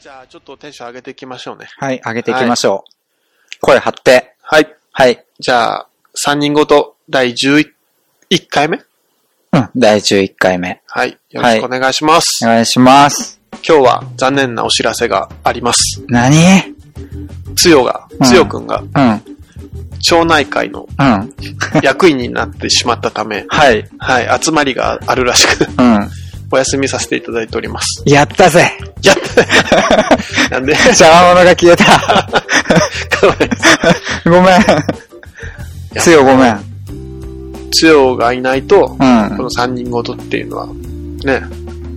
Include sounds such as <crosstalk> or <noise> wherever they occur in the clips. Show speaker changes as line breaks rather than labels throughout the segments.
ちょっとテンション上げていきましょうね。
はい、上げていきましょう。声張って。
はい。
はい。
じゃあ、3人ごと第11回目
うん、第11回目。
はい。よろしくお願いします。
お願いします。
今日は残念なお知らせがあります。
何
つよが
う、ん
つよくんが
うん、
町内会の
うん。
役員になってしまったた
<laughs>
め、
はい。
はい、集まりがあるらしく、 <laughs>
うん。
お休みさせていただいております。
やった
<laughs>
ぜ
や
<laughs>
ったなんで、 <laughs>
邪魔者が消えたごめん。つよごめん。
つよがいないと、
う
こ
ん。
の3人ごとっていうのは、ね、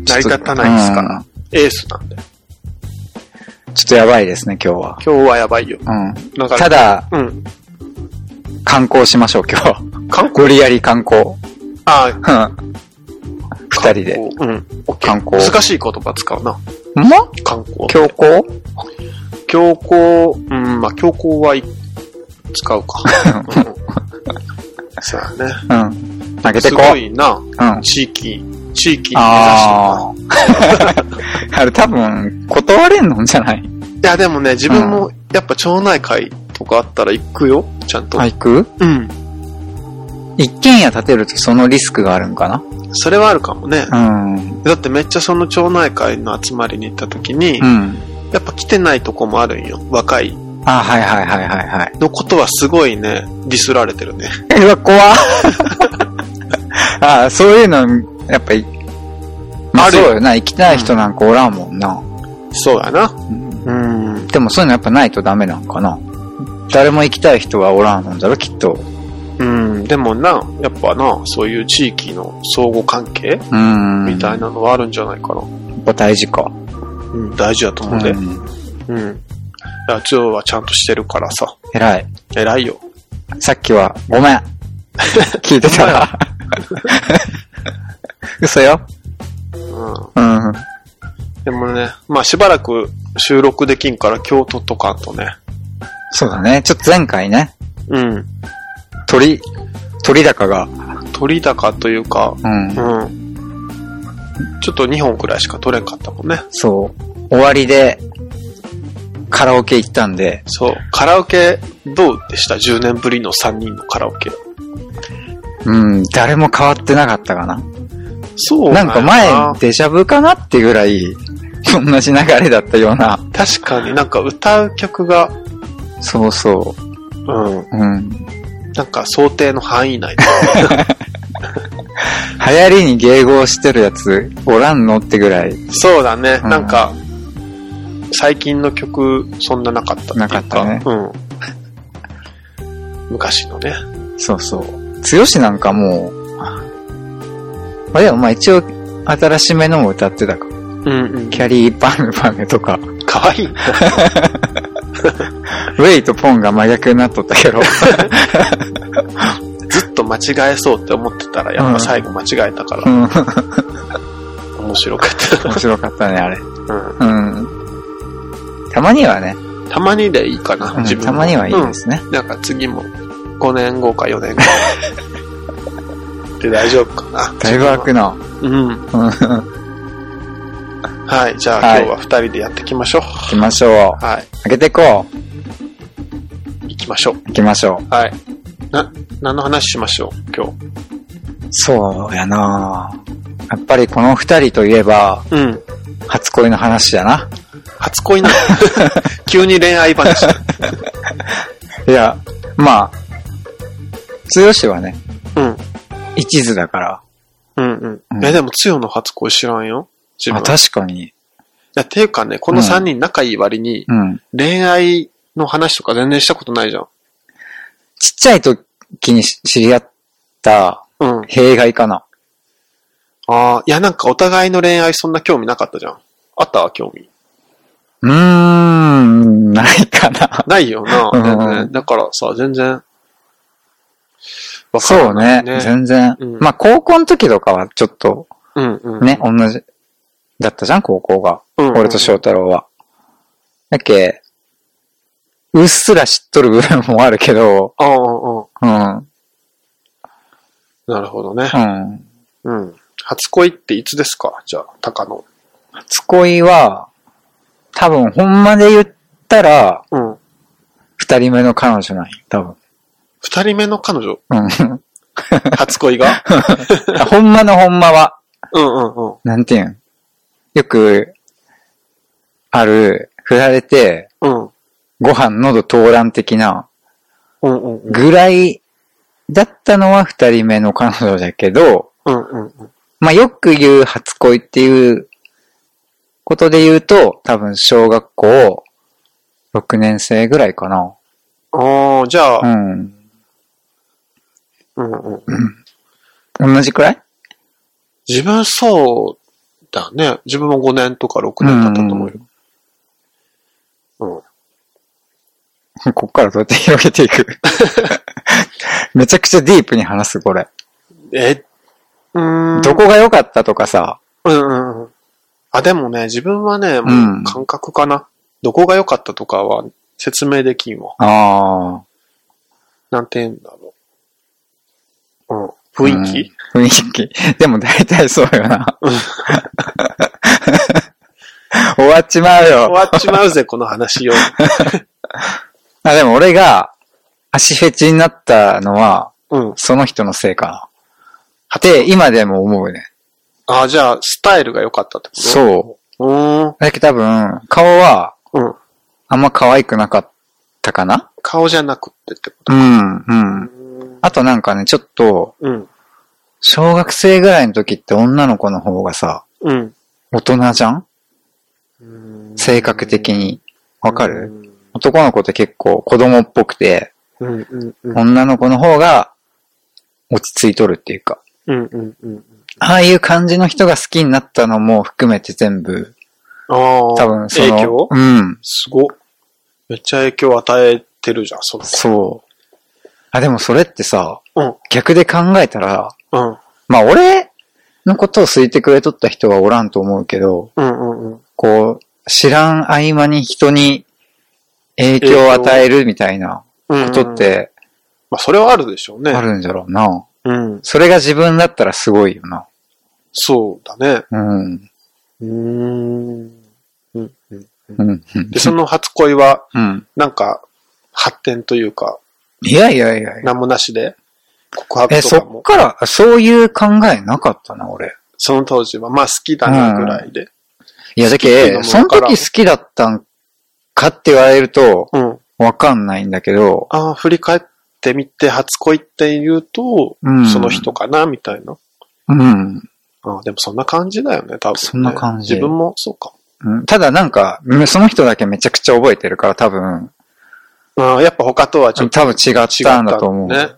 成り立たないですから、
うん
エースなんで。
ちょっとやばいですね、今日は。
今日はやばいよ。
うん。
なんか、
ただ、
うん。
観光しましょう、今日。
観光
ゴリやり観光。うん。
ああ、
二人で。
観光うん。
観光。
難しい言葉使うな。
んま
観光。
強行
強行、うん、まあ、強行はい、使うか。うん <laughs> そうやね。
うん。投げて
す
こ
ご
う。
いな。
うん。
地域、地域に目指して
あ <laughs> あ。あれ多分、断れんのんじゃない
るないや、でもね、自分も、やっぱ町内会とかあったら行くよ。ちゃんと。
俳句
うん。
一軒家建てるとそのリスクがあるんか
それはあるかもね。
なうん。
だってめっちゃその町内会の集まりに行った時に、
うん。
やっぱ来てないとこもあるんよ。若い。
あはいはいはいはいはい。
のことはすごいね、ディスられてるね。 <laughs>
うわ、怖 <laughs> ああ、そういうの、やっぱり、まあ
あるよ
そうよな。生きたい人なんかおらんもんな。
そうやな。
うん
うん。
でもそういうのやっぱないとダメなんかな。誰も行きたい人はおらんもんだろ、きっと。
うん。でもな、やっぱな、そういう地域の相互関係
うん。
みたい。なのはあるんじゃないかな。
やっぱ大事か。
うん、大事だと思うね。
うん。
うん。だから、つよはちゃんとしてるからさ、
偉い。
偉いよ。
さっきは、ご <laughs> めん。聞いてたら。嘘よ。
うん。
うん。
でもね、まあしばらく収録できんから今日撮っとかんとね。
そうだね。ちょっと前回ね、
うん。
鳥、鳥高が、
取り高というか、
うん。
うん。ちょっと2本くらいしか撮れんかったもんね。
そう、終わりで、カラオケ行ったんで、
そう。カラオケどうでした ?10 年ぶりの3人のカラオケ。
うん、誰も変わってなかったかな。
そう
なんか前
やな、
デジャブかなってぐらい、同じ流れだったような。
確かになんか歌う曲が、
そうそ
うん。
う。うん。流
なんか想定の範囲
<laughs>
内で。
行りに迎合してるやつ、おらんのってぐらい、
そうだね。
うん
なんか、最近の曲、そんななかったっていうか。
なかったね
うん。昔のね。
そうそう。強しなんかもう、まあでもまあ一応、新しめのも歌ってたか。
うんうん。
キャリーパングパングとか、 <laughs>
かわいい。
ウェイとポンが真逆になっとったけど。
ずっと間違えそうって思ってたら、やっぱ最後間違えたか
う
ら、
ん。
面白かっ
面白かったね、あれ。
た。うん。
うん。たまにはね、
たまにでいいかな、
うん
自分、
たまにはいいですすね。
うんなんか次も、5年後か4年後。で大丈夫かな。
だいぶ開くな。
うん。
うん。行
はい。じゃあ、
はい
今日は2人でやっていきましょう。
きましょ
はい。
う。開けてこう。
行きましょう。
行きましょう。
はい。な、何の話しましょう今日。
そうやなやっぱりこの二人といえば、
うん。
初恋の話やな。
初恋な
<laughs>
の急に恋愛話。
いや、まあ、強しはね、
うん。
一途だから。
うん
う
うんん。え、でも、つよの初恋知らんよ自
あ、
分。い
確かに。
や、ていうかね、この3人仲いい割に、
うん。
恋愛の話とか全然したことないじゃん。
ちっちゃい時にし知り合った
うん。
弊害かな。
ああ、いや、なんかお互いの恋愛そんな興味なかったじゃん。あった興味。
うーん、ないかな。
ないよな、
うん
全然。だからさ、全然。わか
そう
らな
ね
い。
全然。
うん
まあ、高校の時とかはちょっと
うんうん。
ね、同じだったじゃん、高校が。
うんうん、
俺と翔太郎は。だっけ、うっすら知っとる部分もあるけど、
ああ、あ
うん、うん。
あなるほどね。うん。初恋っていつですかじゃあ、高野。
初恋は、多分、ほんまで言ったら、
うん。
二人目の彼女なんよ、多分。
二人目の彼女、
うん。
初恋が
あほんまのほんまは、
<laughs> うんうんうん。
なんていうん。よく、ある、振られて、
うん。
ご飯喉通らん的な、
うんうんうん。
ぐらい、だったのは二人目の彼女だけど、
うんうんうん。
まあ、よく言う初恋っていう、ことで言うと、多分、小学校、6年生ぐらいかな。
ああ、じゃ
う
あ、
ん。
うんうん。
同じくらい
自分そうだね。自分も5年とか6年だったと思うよ。うん。
こっからどうやって広げていく <laughs> めちゃくちゃディープに話す、これ。
え、うーん。
どこが良かったとかさ。
うんうんうん。あ、でもね、自分はね、
う
も
ん
う感覚かな。どこが良かったとかは説明できんわ。
あ
なんて言うんだろう。うん。
あ。
雰囲気、
うん雰囲気。でも大体そう
<laughs>
よな。
うん
終わっちま
<laughs>
う
終
よ。
わっちまうぜ、この話を。
あ、でも俺が足フェチになったのは、
うん。
その人のせいかな。で、今でも思うね。
あ、じゃあ、スタイルが良かったってことう。
そう
ーん。
う。だけど多分、顔は
うん。
あんま可愛くなかったかな
顔じゃなくってってこ
うん、う
と。
ん。あとなんかね、ちょっと、
うん。
小学生ぐらいの時って女の子の方がさ、
うん。
大人じゃん
うん
性格的。に。わかる
うん
男の子って結構子供っぽくて、
うんうんうん。
女の子の方が落ち着いとるっていうか。
うんうんうん。
ああいう感じの人が好きになったのも含めて全部、
ああ。
多分その、
影響
うん、
すごっ。めっちゃ影響与えてるじゃん、その子。
そう。あ、でもそれってさ、
うん
逆で考えたら、
うん。
まあ俺のことを好いてくれとった人はおらんと思うけど、
うんうんうん。
こう、知らん合間に人に影響を与えるみたいな
うん、
ことっ。て
まあ、それはあるでしょうね。
あるんじゃろうな。
うん。
それが自分だったらすごいよな。
そうだね。
うん。
うーん。うんうん。
うん。
で、その初恋は、
うん。
なんか、発展というか、
いやいやいやいや
なんもなしで、告白
え、
と
そ
か
っ
も、
から、そういう考えなかったな、俺。
その当時は、まあ好きだな、ぐらいで。
いや、だ
好きなも
け、
ん
その
から
時好きだったんかって言われると、
うん。
わかんないんだけど、
ああ、振り返ってみて、初恋って言うと、
うん
その人かな、みたいな。
うん。
ああ、でもそんな感じだよね、多分、ね。
そんな感じ
自分もそうか。
うんただなんか、うんその人だけめちゃくちゃ覚えてるから、多分、
ああ、やっぱ他とはちょっと
多分違っ
違ったたん
ん
だ
だ
と
と
思
思
う。
う。
ね。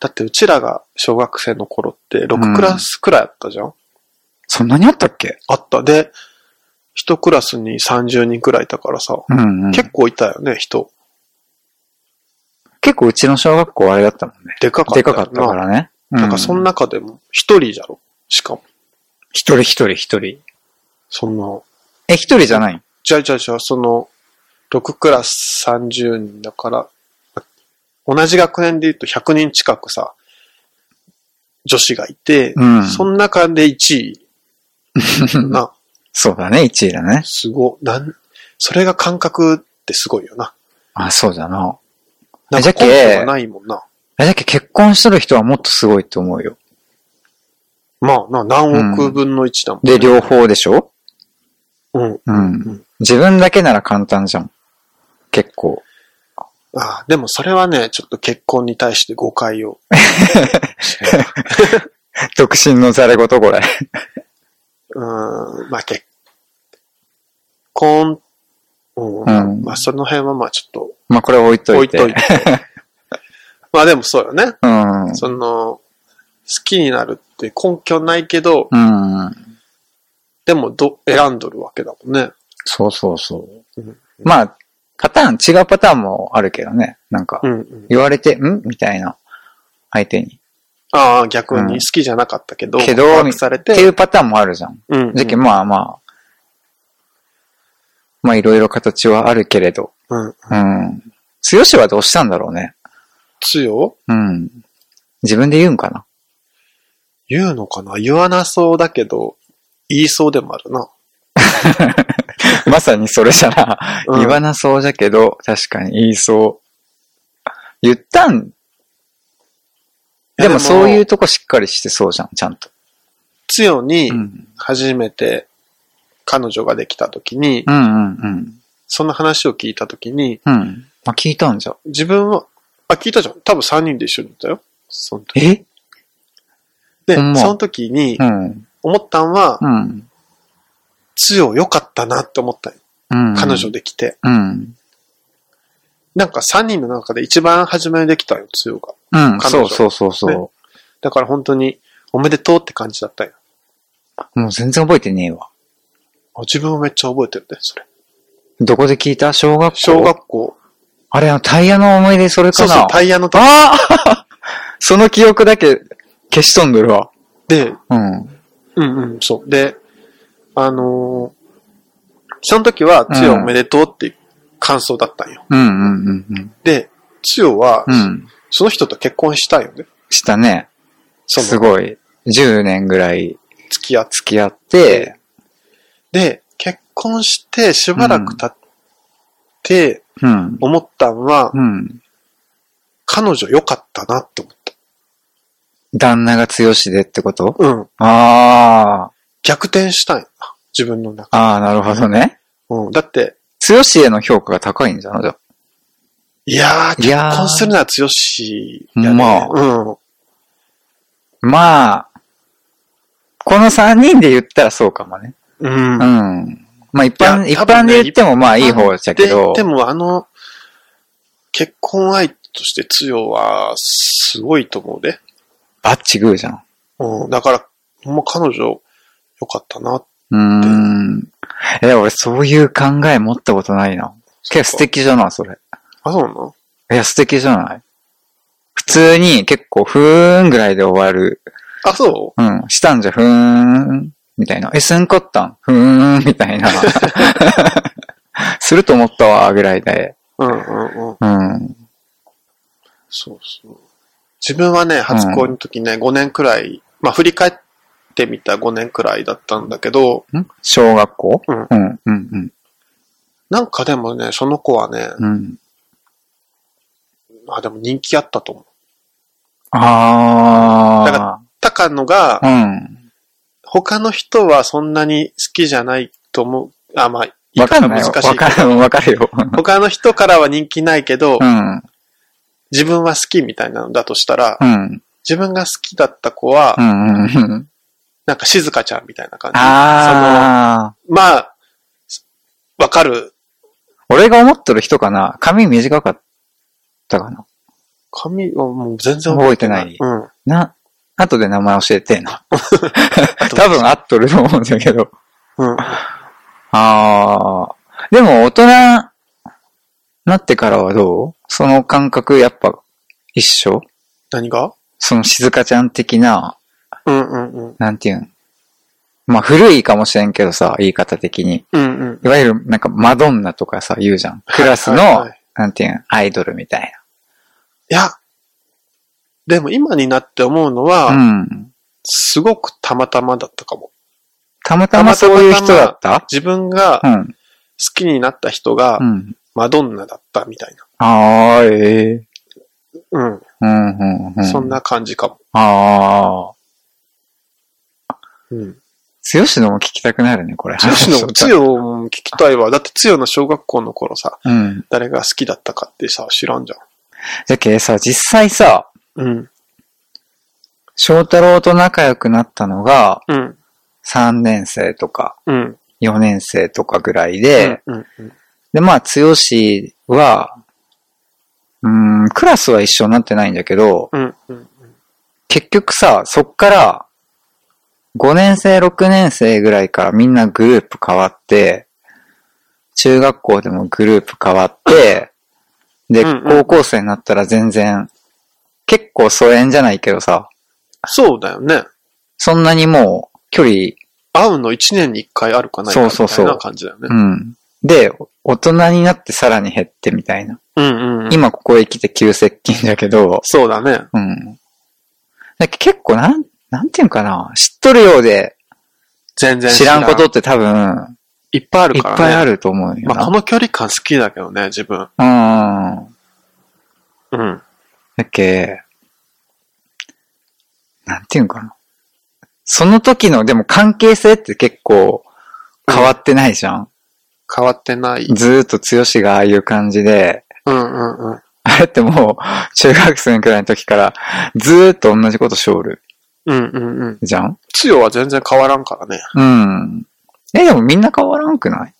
だってうちらが小学生の頃って6クラスくらいあったじゃん、
そんなにあったっけ
あった。で、一クラスに30人くらいいたからさ、
うん、うん。
結構いたよね、人。
結構うちの小学校あれだったもんね。
でかかった
で
よな。
かかったからね。う
なんかその中でも一人じゃろ。しかも。
一人一人一人。
その、
え、一人じゃない
じゃあじゃあじゃあその、6クラス30人だから、同じ学年で言うと100人近くさ、女子がいて、
うん
その中で1位。な、
そうだね、一位だね。
すご、なん、それが感覚ってすごいよな。
あ、そうだな。
なん
じゃ
か
っけ
根拠がないもんな。
え、だけど結婚しとる人はもっとすごいと思うよ。
まあな、何億分の1だもん、
で、両方でしょ
うん。
う
うん
ん。自分だけなら簡単じゃん。結構。
ああでもそれはね、ちょっと結婚に対して誤解を。
独身のざれ言これ。
うーん、まあ結婚、うん、
うん
まあその辺はまあちょっと
<laughs> まあ、これ置いと
置
い
い
て。
といて。 <laughs> まあでもそうよね。
うん。
その、好きになるって根拠ないけど、
うん。
でもど、選んどるわけだもんね。
そうそうそう
うん。
まあ、パターン、違うパターンもあるけどね。なんか
う、ん、うん。
言われて、んみたいな、相手に。
ああ、逆
うん
に好きじゃなかったけど、
けど
告白され
ってい
て、
うパターンもあるじゃん。
うん、うん。
じゃけ、まあまあ、まあいろいろ形はあるけれど、
うん。
うん。強しはどうしたんだろうね。
強
うん。自分で言うんかな。
言うのかな言わなそうだけど、言いそうでもあるな。
まさにそれじゃな。
うん
言わなそうじゃけど、確かに言いそう。言ったん。
や
で
でも
もそういうとこしっかりしてそうじゃん、ちゃんと。
つよに
う、ん。
初めて彼女ができた時に、
うんうんうん。
その話を聞いた時に、
うん。あ、聞いたんじゃ。
自分は、あ、聞いたじゃん。多分3人で一緒にいたよ。その時。
え
で、
ほんま
その時に
う、ん。
思ったんは、
うん。
つよ良かったなって思ったよ。
うん。
彼女。できて。
うん。
なんか3人の中で一番初めにできたよ、つよが。
うん。
彼
そ
女
うそうそうそう。
ねだから本当に、おめでとうって感じだったよ。
もう全然覚えてねえわ。
あ自分はめっちゃ覚えてるね、それ。
どこで聞いた小学校
小学校。
あれ、あのタイヤの思い出、それ
そ
か
う
な
そう、タイヤの時
ああ <laughs> その記憶だけ消し飛んでるわ。
で、
うん。
うんうん、そう。で、あのーその時は、つよおめでとうっていう感想だったんよ。
うんうんうんうん。
で、つよは、
うん。
その人と結婚したよね。
したね。
そ
す
の
ごい。10年ぐらい
付き合っ
付き合って、
で、結婚してしばらく経って
うん。
思ったんは、
うん。
彼女良かったなって思っ
旦那が強しでってこと
た。うん。
あ
逆転したんやな。自分の中
あ。。ああ、なるほどね。
うん。だって、
強しへの評価が高いんじゃないじゃ
いやー、
いやー
結婚するなら強しやね。
まあ
うん。
あまあ、この3人で言ったらそうかもね。
うん。っ
うん。まあ一般、
い
一
や多分
般
ね
で言ってもまあいい方じゃ
て
け
言
ど
っ、ても、あの、結婚相手として強は、すごいと思うで。
バッチグーじゃん。
うん。だから、ほんま彼女、良かったな。
うーん。え、俺そういう考え持ったことないな。けど素敵じゃない、それ。
あ、そうなの
いや、素敵じゃない。普通に結構、ふーんぐらいで終わる。
あ、そう
うん。したんじゃ、ふーん。みたいな。え、すんかったんふーん。みたいな。すると思ったわ、ぐらいで。
うんうんうん。
うん。
そうそう。自分はね、初恋の時ね、5年くらい、まあ振り返ってみた5年くらいだったんだけど、
ん小学校
うん
うん、うん、うん。
なんかでもね、その子はね、
うん。
あ、でも人気あったと思う。だ
あ
高野が
ー。、うん。
他の人はそんなに好きじゃないと思う。あ、まあ、言
わ
い
か
方
んない
難し
よ。
いけど
わかる、わかるよ。
他の人からは人気ないけど、
うん。
自分は好きみたいなのだとしたら、
うん。
自分が好きだった子は
う、ん、うん、うん。
なんか静香ちゃんみたいな感じ。
あー。
そのまあ、わかる。
俺が思ってる人かな髪短かったかな
髪はもう全然
覚えて
うん。
な、後で名前教えて
<laughs>
えな。
と
多分合っとると思うんだけど。
うん。
ああ。でも大人なってからはどうその感覚やっぱ一緒
何が
その静香ちゃん的な、
うんうんうん。
なんていうん。まあ古いかもしれんけどさ、言い方的に。
うんうん。
いわゆるなんかマドンナとかさ、言うじゃん。クラスの、
はいはいはい
なんていうん、アイドルみたい
いや、でも今になって思うのは、
な。うん。
すごくたまたまだったかも。
たまたまそういう人だった
自分が好
うん。
きになった人が
うん。
マドンナだったみたい
ああ、ええ
な。うん。
うん、うん、うん。
そん。な感じかも。
ああ。
うん。
つよしのも聞きたくなるね、これ。
つよ
<laughs>
しの、つ
よ。
よも聞きたいわ。だってつよの小学校の頃さ、
うん。
誰が好きだったかってさ、知らんじゃ
じゃけさ、実際さ、
ん。うん。
翔太郎と仲良くなったのが、
うん。
3年生とか、
うん。
4年生とかぐらいで、
うん。うん。
で、まあ、つよしは、うーん、クラスは一緒になってないんだけど、
うん。うん。
結局さ、そっから、5年生、6年生ぐらいからみんなグループ変わって、中学校でもグループ変わって、で、
うんうん
高校生になったら全然、結構疎遠じゃないけどさ、
そうだよね。
そんなにもう距離、
会うの1年に1回あるかないかみ
そうそう
た
そ
いうな感じだよね
う。ん。で、大人になってさらに減ってみたいな。
うんうんうん。
今ここへ来て急接近だけど、
そうだね。
うん。だけど結構なん、なんていうんかな、知っとるようで
全然
知らんことって多分、
いっぱいあ
い
る
っ
からね。
ぱいあると思うよ
まあ、こ
な。
の距離感好きだけどね、自分。
うん。
うん。
だっけ、なんていうんかな。その時の、でも関係性って結構変わってないじゃん。
変わってない。
ずーっと強しがああいう感じで、
うんうんうん。
<laughs> あれってもう中学生くらいの時からずーっと同じことしょる
うんうんうん。
じゃん
つよは全然変わらんからね。
うん。え、でもみんな変わらんくない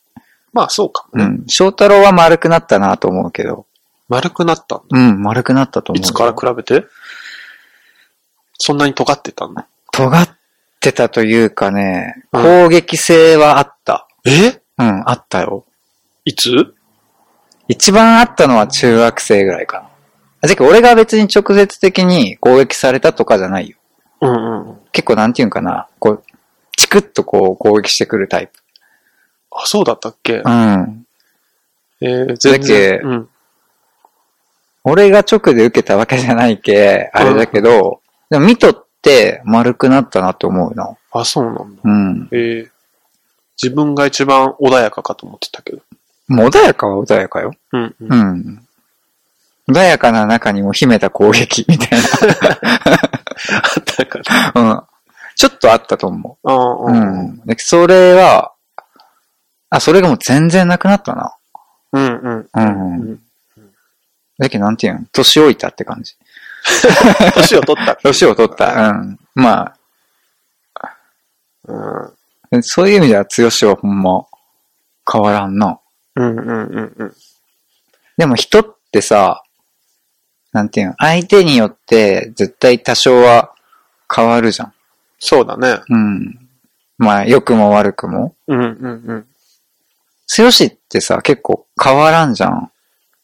まあそうかも
う
ね。
ん。翔太郎は丸くなったなと思うけど。
丸くなったんだ。
うん、丸くなったと思。
いうつから比べてそんなに尖ってたんだ。
尖ってたというかね、
うん
攻撃性はあった。
え
うん、あったよ。
いつ
一番あったのは中学生ぐらいかな。あ、じゃあ俺が別に直接的に攻撃されたとかじゃないよ。
うんうん。
結構なんていうんかな。こう、チクッとこう攻撃してくるタイプ。
あ、そうだったっけ
うん。
えー、全然
だっ。け
うん。
俺が直で受けたわけじゃないけ、あれだけど、でも見とって丸くなったなと思うな。
あ、そうなんだ。
うん。
えー、自分が一番穏やかかと思ってたけど。
もう穏やかは穏やかよ。
うんうん。
うん。穏やかな中にも秘めた攻撃みたい
あったから。
な。うん。ちょっとあったと思う。
ああ、うん。うん
で、それは、あ、それがもう全然なくなったな。
うん。
うん
うん
だけどなんていうの年老いたって感じ。
年を取 <laughs> った。
年を取っ。た。うん。ま
うん。
あ、そういう意味では強しはほんま変わらんな。
うんうんうんうん。
でも人ってさ、なんていうの相手によって絶対多少は変わるじゃん。
そうだね。
うん。まあ、良くも悪くも。
うんうん
強しってさ、結構変わらんじゃん。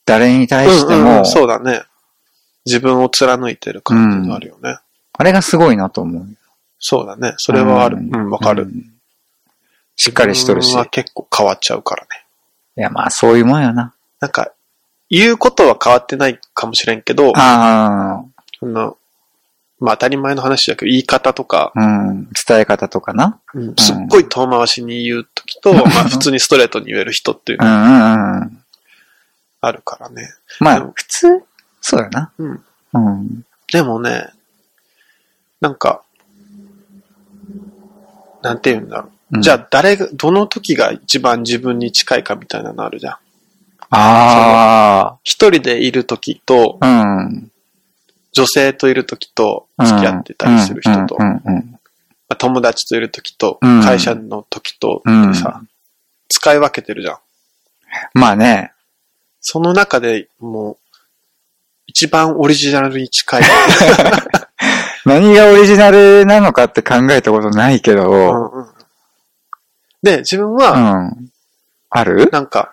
誰に
う
対
ん。
して
う
も。
んうんうんそうだね。自分を貫いてる感じがあるよね。
あれがすごいなと思う。
そうだね。それはある。う
うん
ん、わかる。
う
し
んしっかりしとるし。
はい結構変わっちゃうからね。
や、まあ、そういうもんやな。
なんか、言うことは変わってないかもしれんけど、
あ
その、まあ当たり前の話だけど、言い方とか、
あ、うん。伝え方とかな。
うんすっごい遠回しに言うときと、まあ普通にストレートに言える人っていう
う
のが
んうんうん。
あるからね。
ま
うん
あ、普通、そうやな。
うん。
うん。
でもね、なんか、なんて言うんだろう。
うん
じゃあ誰が、どの時が一番自分に近いかみたいなのあるじゃん。
あ
一人でいる時と、
あ、うん。
女性といる時と、付き合ってたりする人と、
う
ま
んうんうん
あ友達といる時と、
うん
会社の時と
うん。うん
でさ、使い分けてるじゃん。
まあね。
その中でもう、一番オリジナルに近
<laughs>
い。
何がオリジナルなのかって考えたことないけ
う
ど、
んうんで、自分
う
は、
ん。ある
なんか、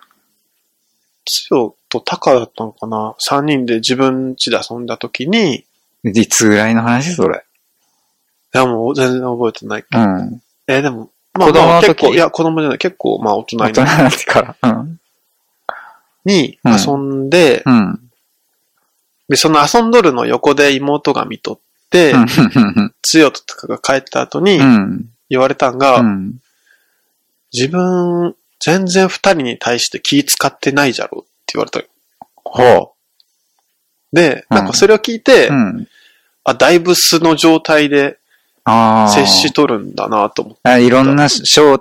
つよとタカだったのかな三人で自分家で遊んだ時に、い
いつぐらいの話それ。
やもう全然覚えてない。
うん。
えーでも、まあ
子供
まあ
の時
結構、いや、子供じゃない、結構、まあ大人
大
に
人になってから。うん。
に
うん
遊んで、
うん。
で、その遊んどるの横で妹が見とって、つよとタカが帰った後に
うん。
言われたんが、
うん。
自分、全然二人に対して気使ってないじゃろって言われたよ。
ほ
で、なんかそれを聞いて、
うん。
あ、だいぶ素の状態で
ああ。
接しとるんだなと思って。
あいろんな翔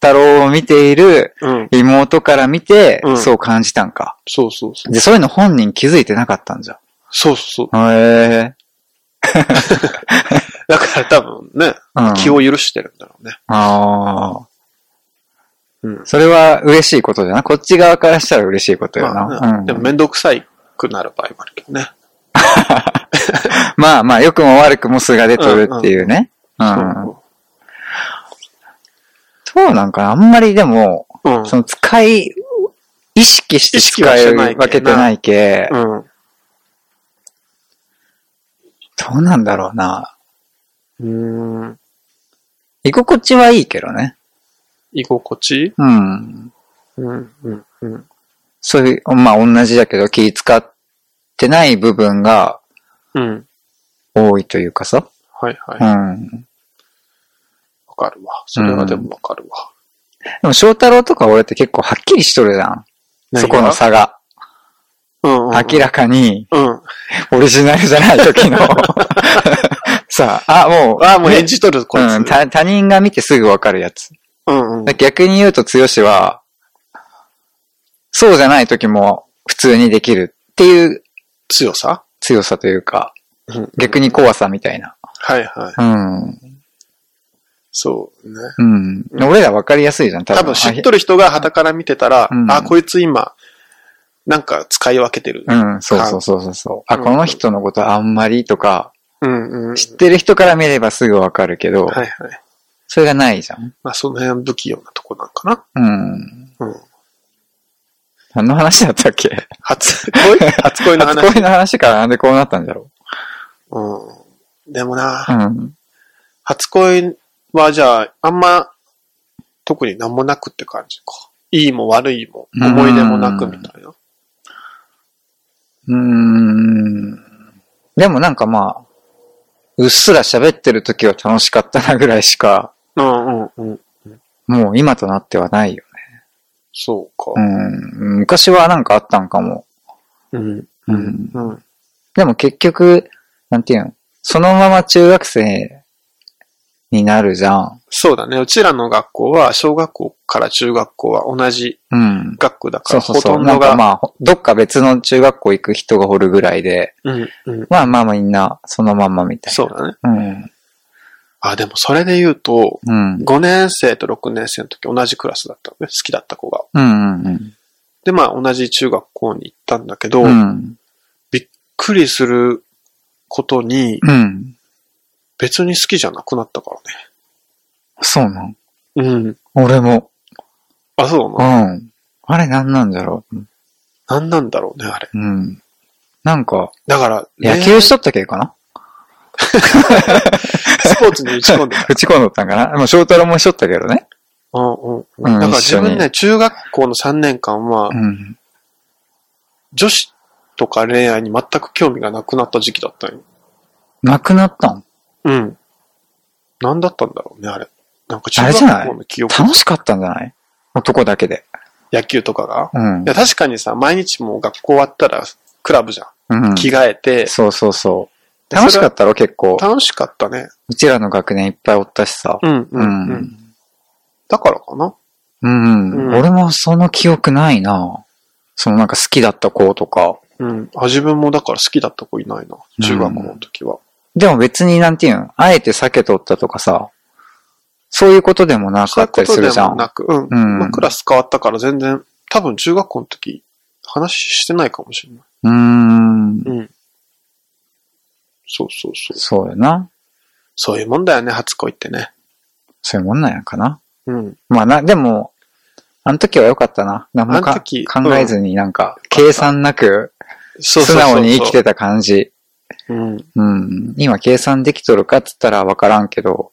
太郎を見ている
うん。
妹から見て
うん、
そう感じたんか。
そうそうそう。
で、そういうの本人気づいてなかったんじゃ。
そうそうそう。
へえ。
だから多分ね、
うん
気を許してるんだろうね。
ああ。
うん。
それは嬉しいことだな。こっち側からしたら嬉しいことや
まあ
な。
ね
うん
でもめんどくさいくなる場合もあるけどね。
まあまあ、良くも悪くも素が出とるっていうね。う
そ
ん。
う
そうなんかな。あんまりでも、
うん。
その使い、意識して使い分けてないけ。
うん。
どうなんだろうな。
うーん。
居心地はいいけどね。
居心地
うん。
うん、うん、うん。
そういう、まあ同じだけど気使ってない部分が
うん。
多いというかさ。
はいはい。
う
わ
ん。
かるわ。それはでもわかるわ。
でも翔太郎とか俺って結構はっきりしとるじゃん。そこの差が。
何が、うんうんうん、
明らかに、
うん。
オリジナルじゃない
<laughs>
時の、さあ、あ、もう、
ああ、もう演じとる、こいつ。
うん、た他人が見てすぐわかるやつ。
うんうん。
だ逆に言うと、剛は、そうじゃない時も普通にできるっていう
強さ
強さというか、
うん。
逆に怖さみたいな。
はいはい。
うん。
そうね。
うん。俺らわかりやすいじゃん、多分。
多分知っとる人が旗から見てたら、
うん
あ、こいつ今、なんか使い分けてる。
うん、そうそうそうそうそう。あ、
うん
この人のことあんまりとか、
うん、うんうん。
知ってる人から見ればすぐわかるけど、
はいはい。
それがないじゃん。
まあその辺不器用なとこなんかな。
うん。
うん。
何の話だったっけ
初恋
<laughs>
初恋の
初
話。
恋の話からなんでこうなったんだろ
うん。でもな、
う。うん。
初恋はじゃあ、あんま、特になんもなくって感じか。いいも悪いも、思い出もなくみたいな。
うーん。でもなんかまあ、うっすら喋ってる時は楽しかったなぐらいしか、
うんうんうん。
もう今となってはないよね。
そうか
う。ん。昔はなんかあったんかも。
うん。
う
うんん。。うん。
でも結局、なんていうのそのまま中学生になるじゃん。
そうだね。うちらの学校は、小学校から中学校は同じ
うん。
学区だか
そう
ら、
そう
ほ
そ
と
う。
ん
な
ど
んか
が、
まあ、ほどっか別の中学校行く人がおるぐらいで、
うんうん。
まあまあまあみんなそのまんまみたいな。
そうだね。
うん。
あ、でもそれで言うと、
うん。
5年生と6年生の時同じクラスだったのね。好きだった子が。
うんうん
で、まあ同じ中学校に行ったんだけど、
う
びっ
ん。
くりすることに、
うん。
別に好きじゃなくなったか
そうなん。
らね。うん。
俺も。
あ、そう
う
な。
ん。あれなんなんだろう。
なんなんだろうね、あれ。
うん。なんか、
だから、
野
恋
球
愛
しとったけかな
スポーツに打ち込んで
<laughs>
た。
打ち込んどったんかなもう翔太郎もしとったけどね。
うんうん
う
うんん。だから
一
自
緒に
分ね、中学校の3年間は
う、ん。
女子とか恋愛に全く興味がなくなった時期だったんよ。
なくなったん
うん。なんだったんだろうね、あれ。なんか中
あれじゃない
学校の記憶、
楽しかったんじゃない男だけで。
野球とかが。
うん
いや、。確かにさ、毎日もう学校終わったら、クラブじゃん。
うん、
着替えて。
そうそうそう。楽しか
っ
ったろ結構。
楽しかったね。
うちらの学年いっぱいおったしさ。
うん、う、
うん
うん。
ん。
だからかな。
うん。
うん
俺もその記憶ないなそのなんか好きだった子とか。
うん。あ、自分もだから好きだった子いないな。中学校の時は。
でも別になんていうのあえて避けとったとかさ。そういうことでもな
そ
か
ういう
っ
こ
たりす
と
る
で
じゃ
も
ん。
なく、うん。
うん
まあ、クラス変わったから全然、多分中学校の時、話してないかもしれない。
うーん。
うん。そうそうそう。
そうよな。
そういうもんだよね、初恋ってね。
そういうもんなんやかな。
うん。
まあな、でも、あの時は良かったな。何も
あ
か
の時
考えずになんか、計算なく、
そうそ
素
うそうそう
直に生きてた感じ。
うん。
うん。今計算できとるかっつったら分からんけど、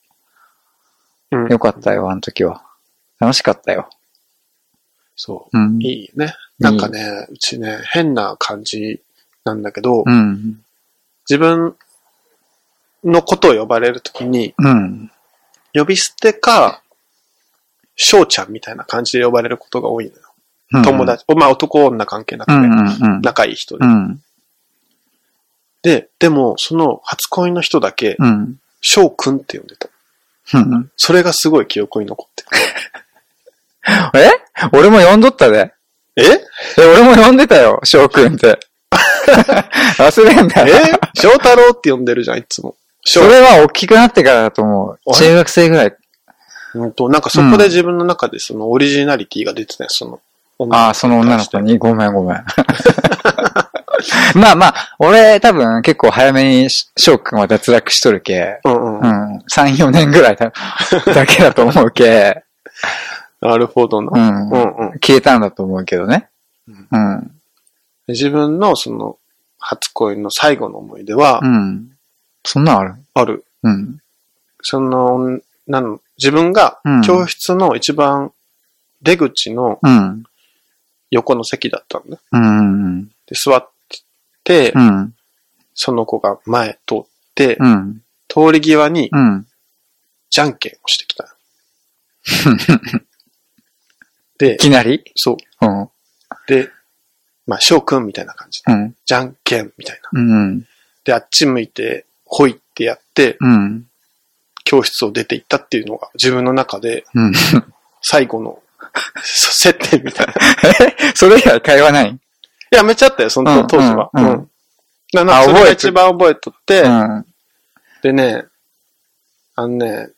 うん。
よかったよ、あの時は。楽しかったよ。
そ
うん
う。。いいよね。なんかね、うちね、変な感じなんだけど、
うん。
自分のことを呼ばれるときに、
うん。
呼び捨てか、翔ちゃんみたいな感じで呼ばれることが多いのよ。
うん
友。達、まあ男女関係なく
うん
ね、
うんうん。
仲いい人
う
で。
ん。
で、でも、その初恋の人だけ、
うん。
翔くんって呼んでた。 <laughs>
うん。
それがすごい記憶に残って
え俺も呼んどったで。
る。え
え、俺も呼んでたよ、翔くん
<laughs>
って。忘れんだよ。
え翔太郎って呼んでるじゃん、いつも。
そ
翔。
れは大きくなってからだと思う。
あれ
中学生ぐらい。
うんと、なんかそこで自分の中でそのオリジナリティが出てたよ、その女
ああ、その女の子に、ごめんごめん。 <laughs> まあまあ、俺多分結構早めに翔くんは脱落しとるけ。
うんうん。
うん、3、4年ぐらい <laughs> だだけだと思うけ、
なるほど
う
な。
ん、
うんうん。
消えたんだと思うけどね。う
うん
ん、
自分のその初恋の最後の思い出は
うん。そんなんある
ある。
うん、
その、なの、自分が
うん
教室の一番出口の
うん、
横の席だったんだ。
うん、
で、座って、
うん、
その子が前通って、
うん、
通り際に
うん。 <laughs>
じゃんけんをしてきた。で
い、きなり
そう。
うん。
で、まあ、翔くんみたいな感じで。
うん。
じゃんけんみたいな。
うん。
で、あっち向いて、ほいってやって、
うん。
教室を出て行ったっていうのが、自分の中で
うん。 <laughs>
最後の <laughs> そ接点みたいな。い
それ以外会話ない
や、めっちゃあったよ、その、
うん
当時は。
う
うんん。
うん
なな
あ
それ
覚
が
えて
一番覚えとって、
うん。
でね、あのね、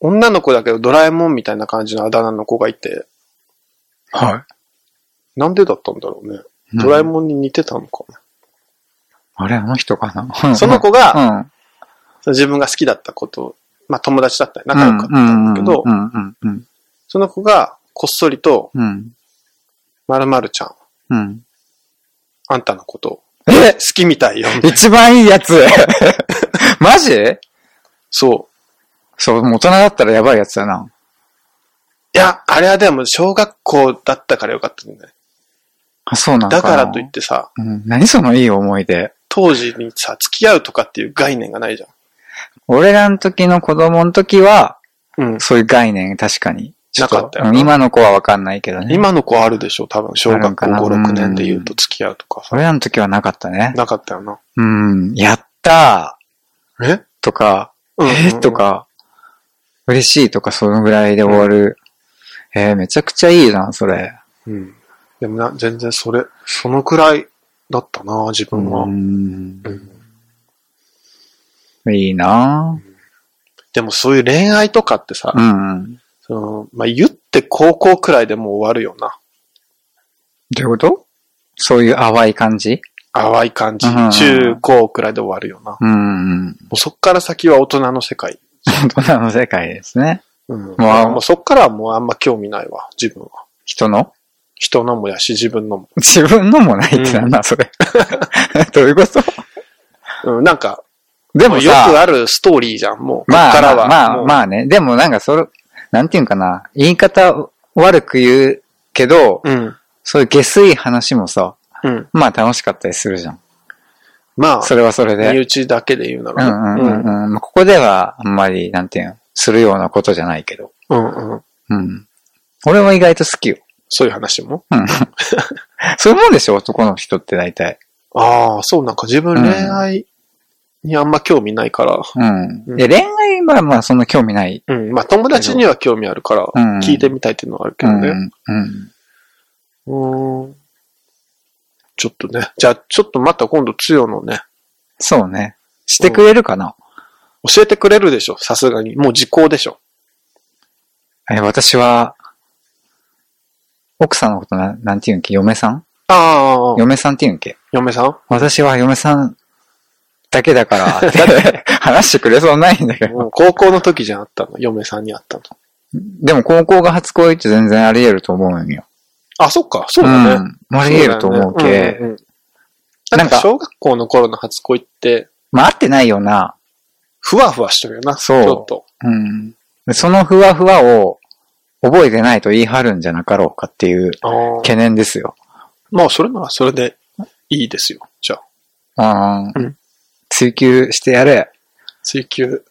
女の子だけどドラえもんみたいな感じのあだ名の子がいて、
は
なんでだったんだろうね。
い
ドラえもんに似てたのかな。
あれ、あの人か
<laughs>
な
その子
う
が、
ん。うん。
自分が好きだったこと、まあ友達だったり仲良かったんだけど
う、ん。うん。うん。
その子がこっそりと、
うん。
〇〇ちゃん、
うん。
あんたのこと、
え
好きみたいよ。
一番いいやつ <laughs> マジ
そう。
そう、もう大人だったらやばいやつだな。
いや、あれはでも小学校だったからよかったんだよね。
あ、そうなんだ。
だからといってさ、
うん。何そのいい思い出。
当時にさ、付き合うとかっていう概念がないじゃ
俺らの時の子供の時は、
ん。うん。
そういう概念、確かに。
なかったよ
うん今の子はわかんないけどね。
今の子あるでしょ多分、小
あるん
学
か
校
な
5、6年で言うと付き合うとかさ。
俺らの時はなかったね。
なかったよな。
うん。やった
え
ーとか、
うん
えーと。か、嬉しいとか、そのぐらいで終わる。えーめちゃくちゃいいな、それ。
うん。でもな、全然それ、そのくらいだったな、自
う
分は。う
ん。
ん
いいな
でもそういう恋愛とかってさ、
うん。ど
そのまあ、言って高校くらいでもう終わるよな。
ういうことそういう淡い感じ
淡い感じ。
うん
中高くらいで終わるよな。も
うん。
うそっから先は大人の世界。
大人の世界ですね。
うん。
まあ
もうそっからはもうあんま興味ないわ、自分は。
人の
人のもやし、自分のも。
自分のもないってなんだ、それ。 <laughs> どういうこと
うん、なんか、
で
も
も
うよく
さ、
あるストーリーじゃん、もう。
まあ、
こっからは。
まあ、
もう
まあね。でもなんかそれ、なんていうんかな。言い方悪く言うけど、
うん。
そういう下水話もさ、
うん。
まあ楽しかったりするじゃん。
まあ、
それはそれ
身
で。
内だけで言うな
うんう
ら
ん
ね。
うんうん。まあここではあんまり、なんていうの、するようなことじゃないけど。
うんうん。
うん。俺も意外と好きよ。
そういう話も。 <laughs>
うん。そういうもんでしょ、男の人って大体。
ああ、そう、なんか自分恋愛にあんま興味ないから。
う。
うんん
で、恋愛はまあそんな興味ない
うん。まあ友達には興味あるから
うん、
聞いてみたいっていうのはあるけどね。
うん。うん。
うーん。ちょっとね。じゃあ、ちょっとまた今度、つよのね、
そうね。してくれるかな、
教えてくれるでしょ、さすがに。もう時効でしょ。
え、私は、奥さんのことな、なんて言うんっけ嫁さん
ああ、
嫁さんって言うんっけ
嫁さん
私は嫁さんだけだから、
<laughs>
だって話してくれそうないんだけど。
うん高校の時じゃあったの。嫁さんにあったの。
でも高校が初恋って全然あり得ると思うんよ。
あ、そっか、そうだね。
ん。あり得ると思う
そだ
け
よね。んんん
な
なんん
か
か、小学校の頃の初恋って、
まあ、合ってないよな。
ふわふわしてるよな、
そう
ちょっと。
うん。でそのふわふわを覚えてないと言い張るんじゃなかろうかっていう
あー
懸念ですよ。
まあ、それならそれでいいですよ。じゃあ、
うん
うん
追求してやれ。
追求。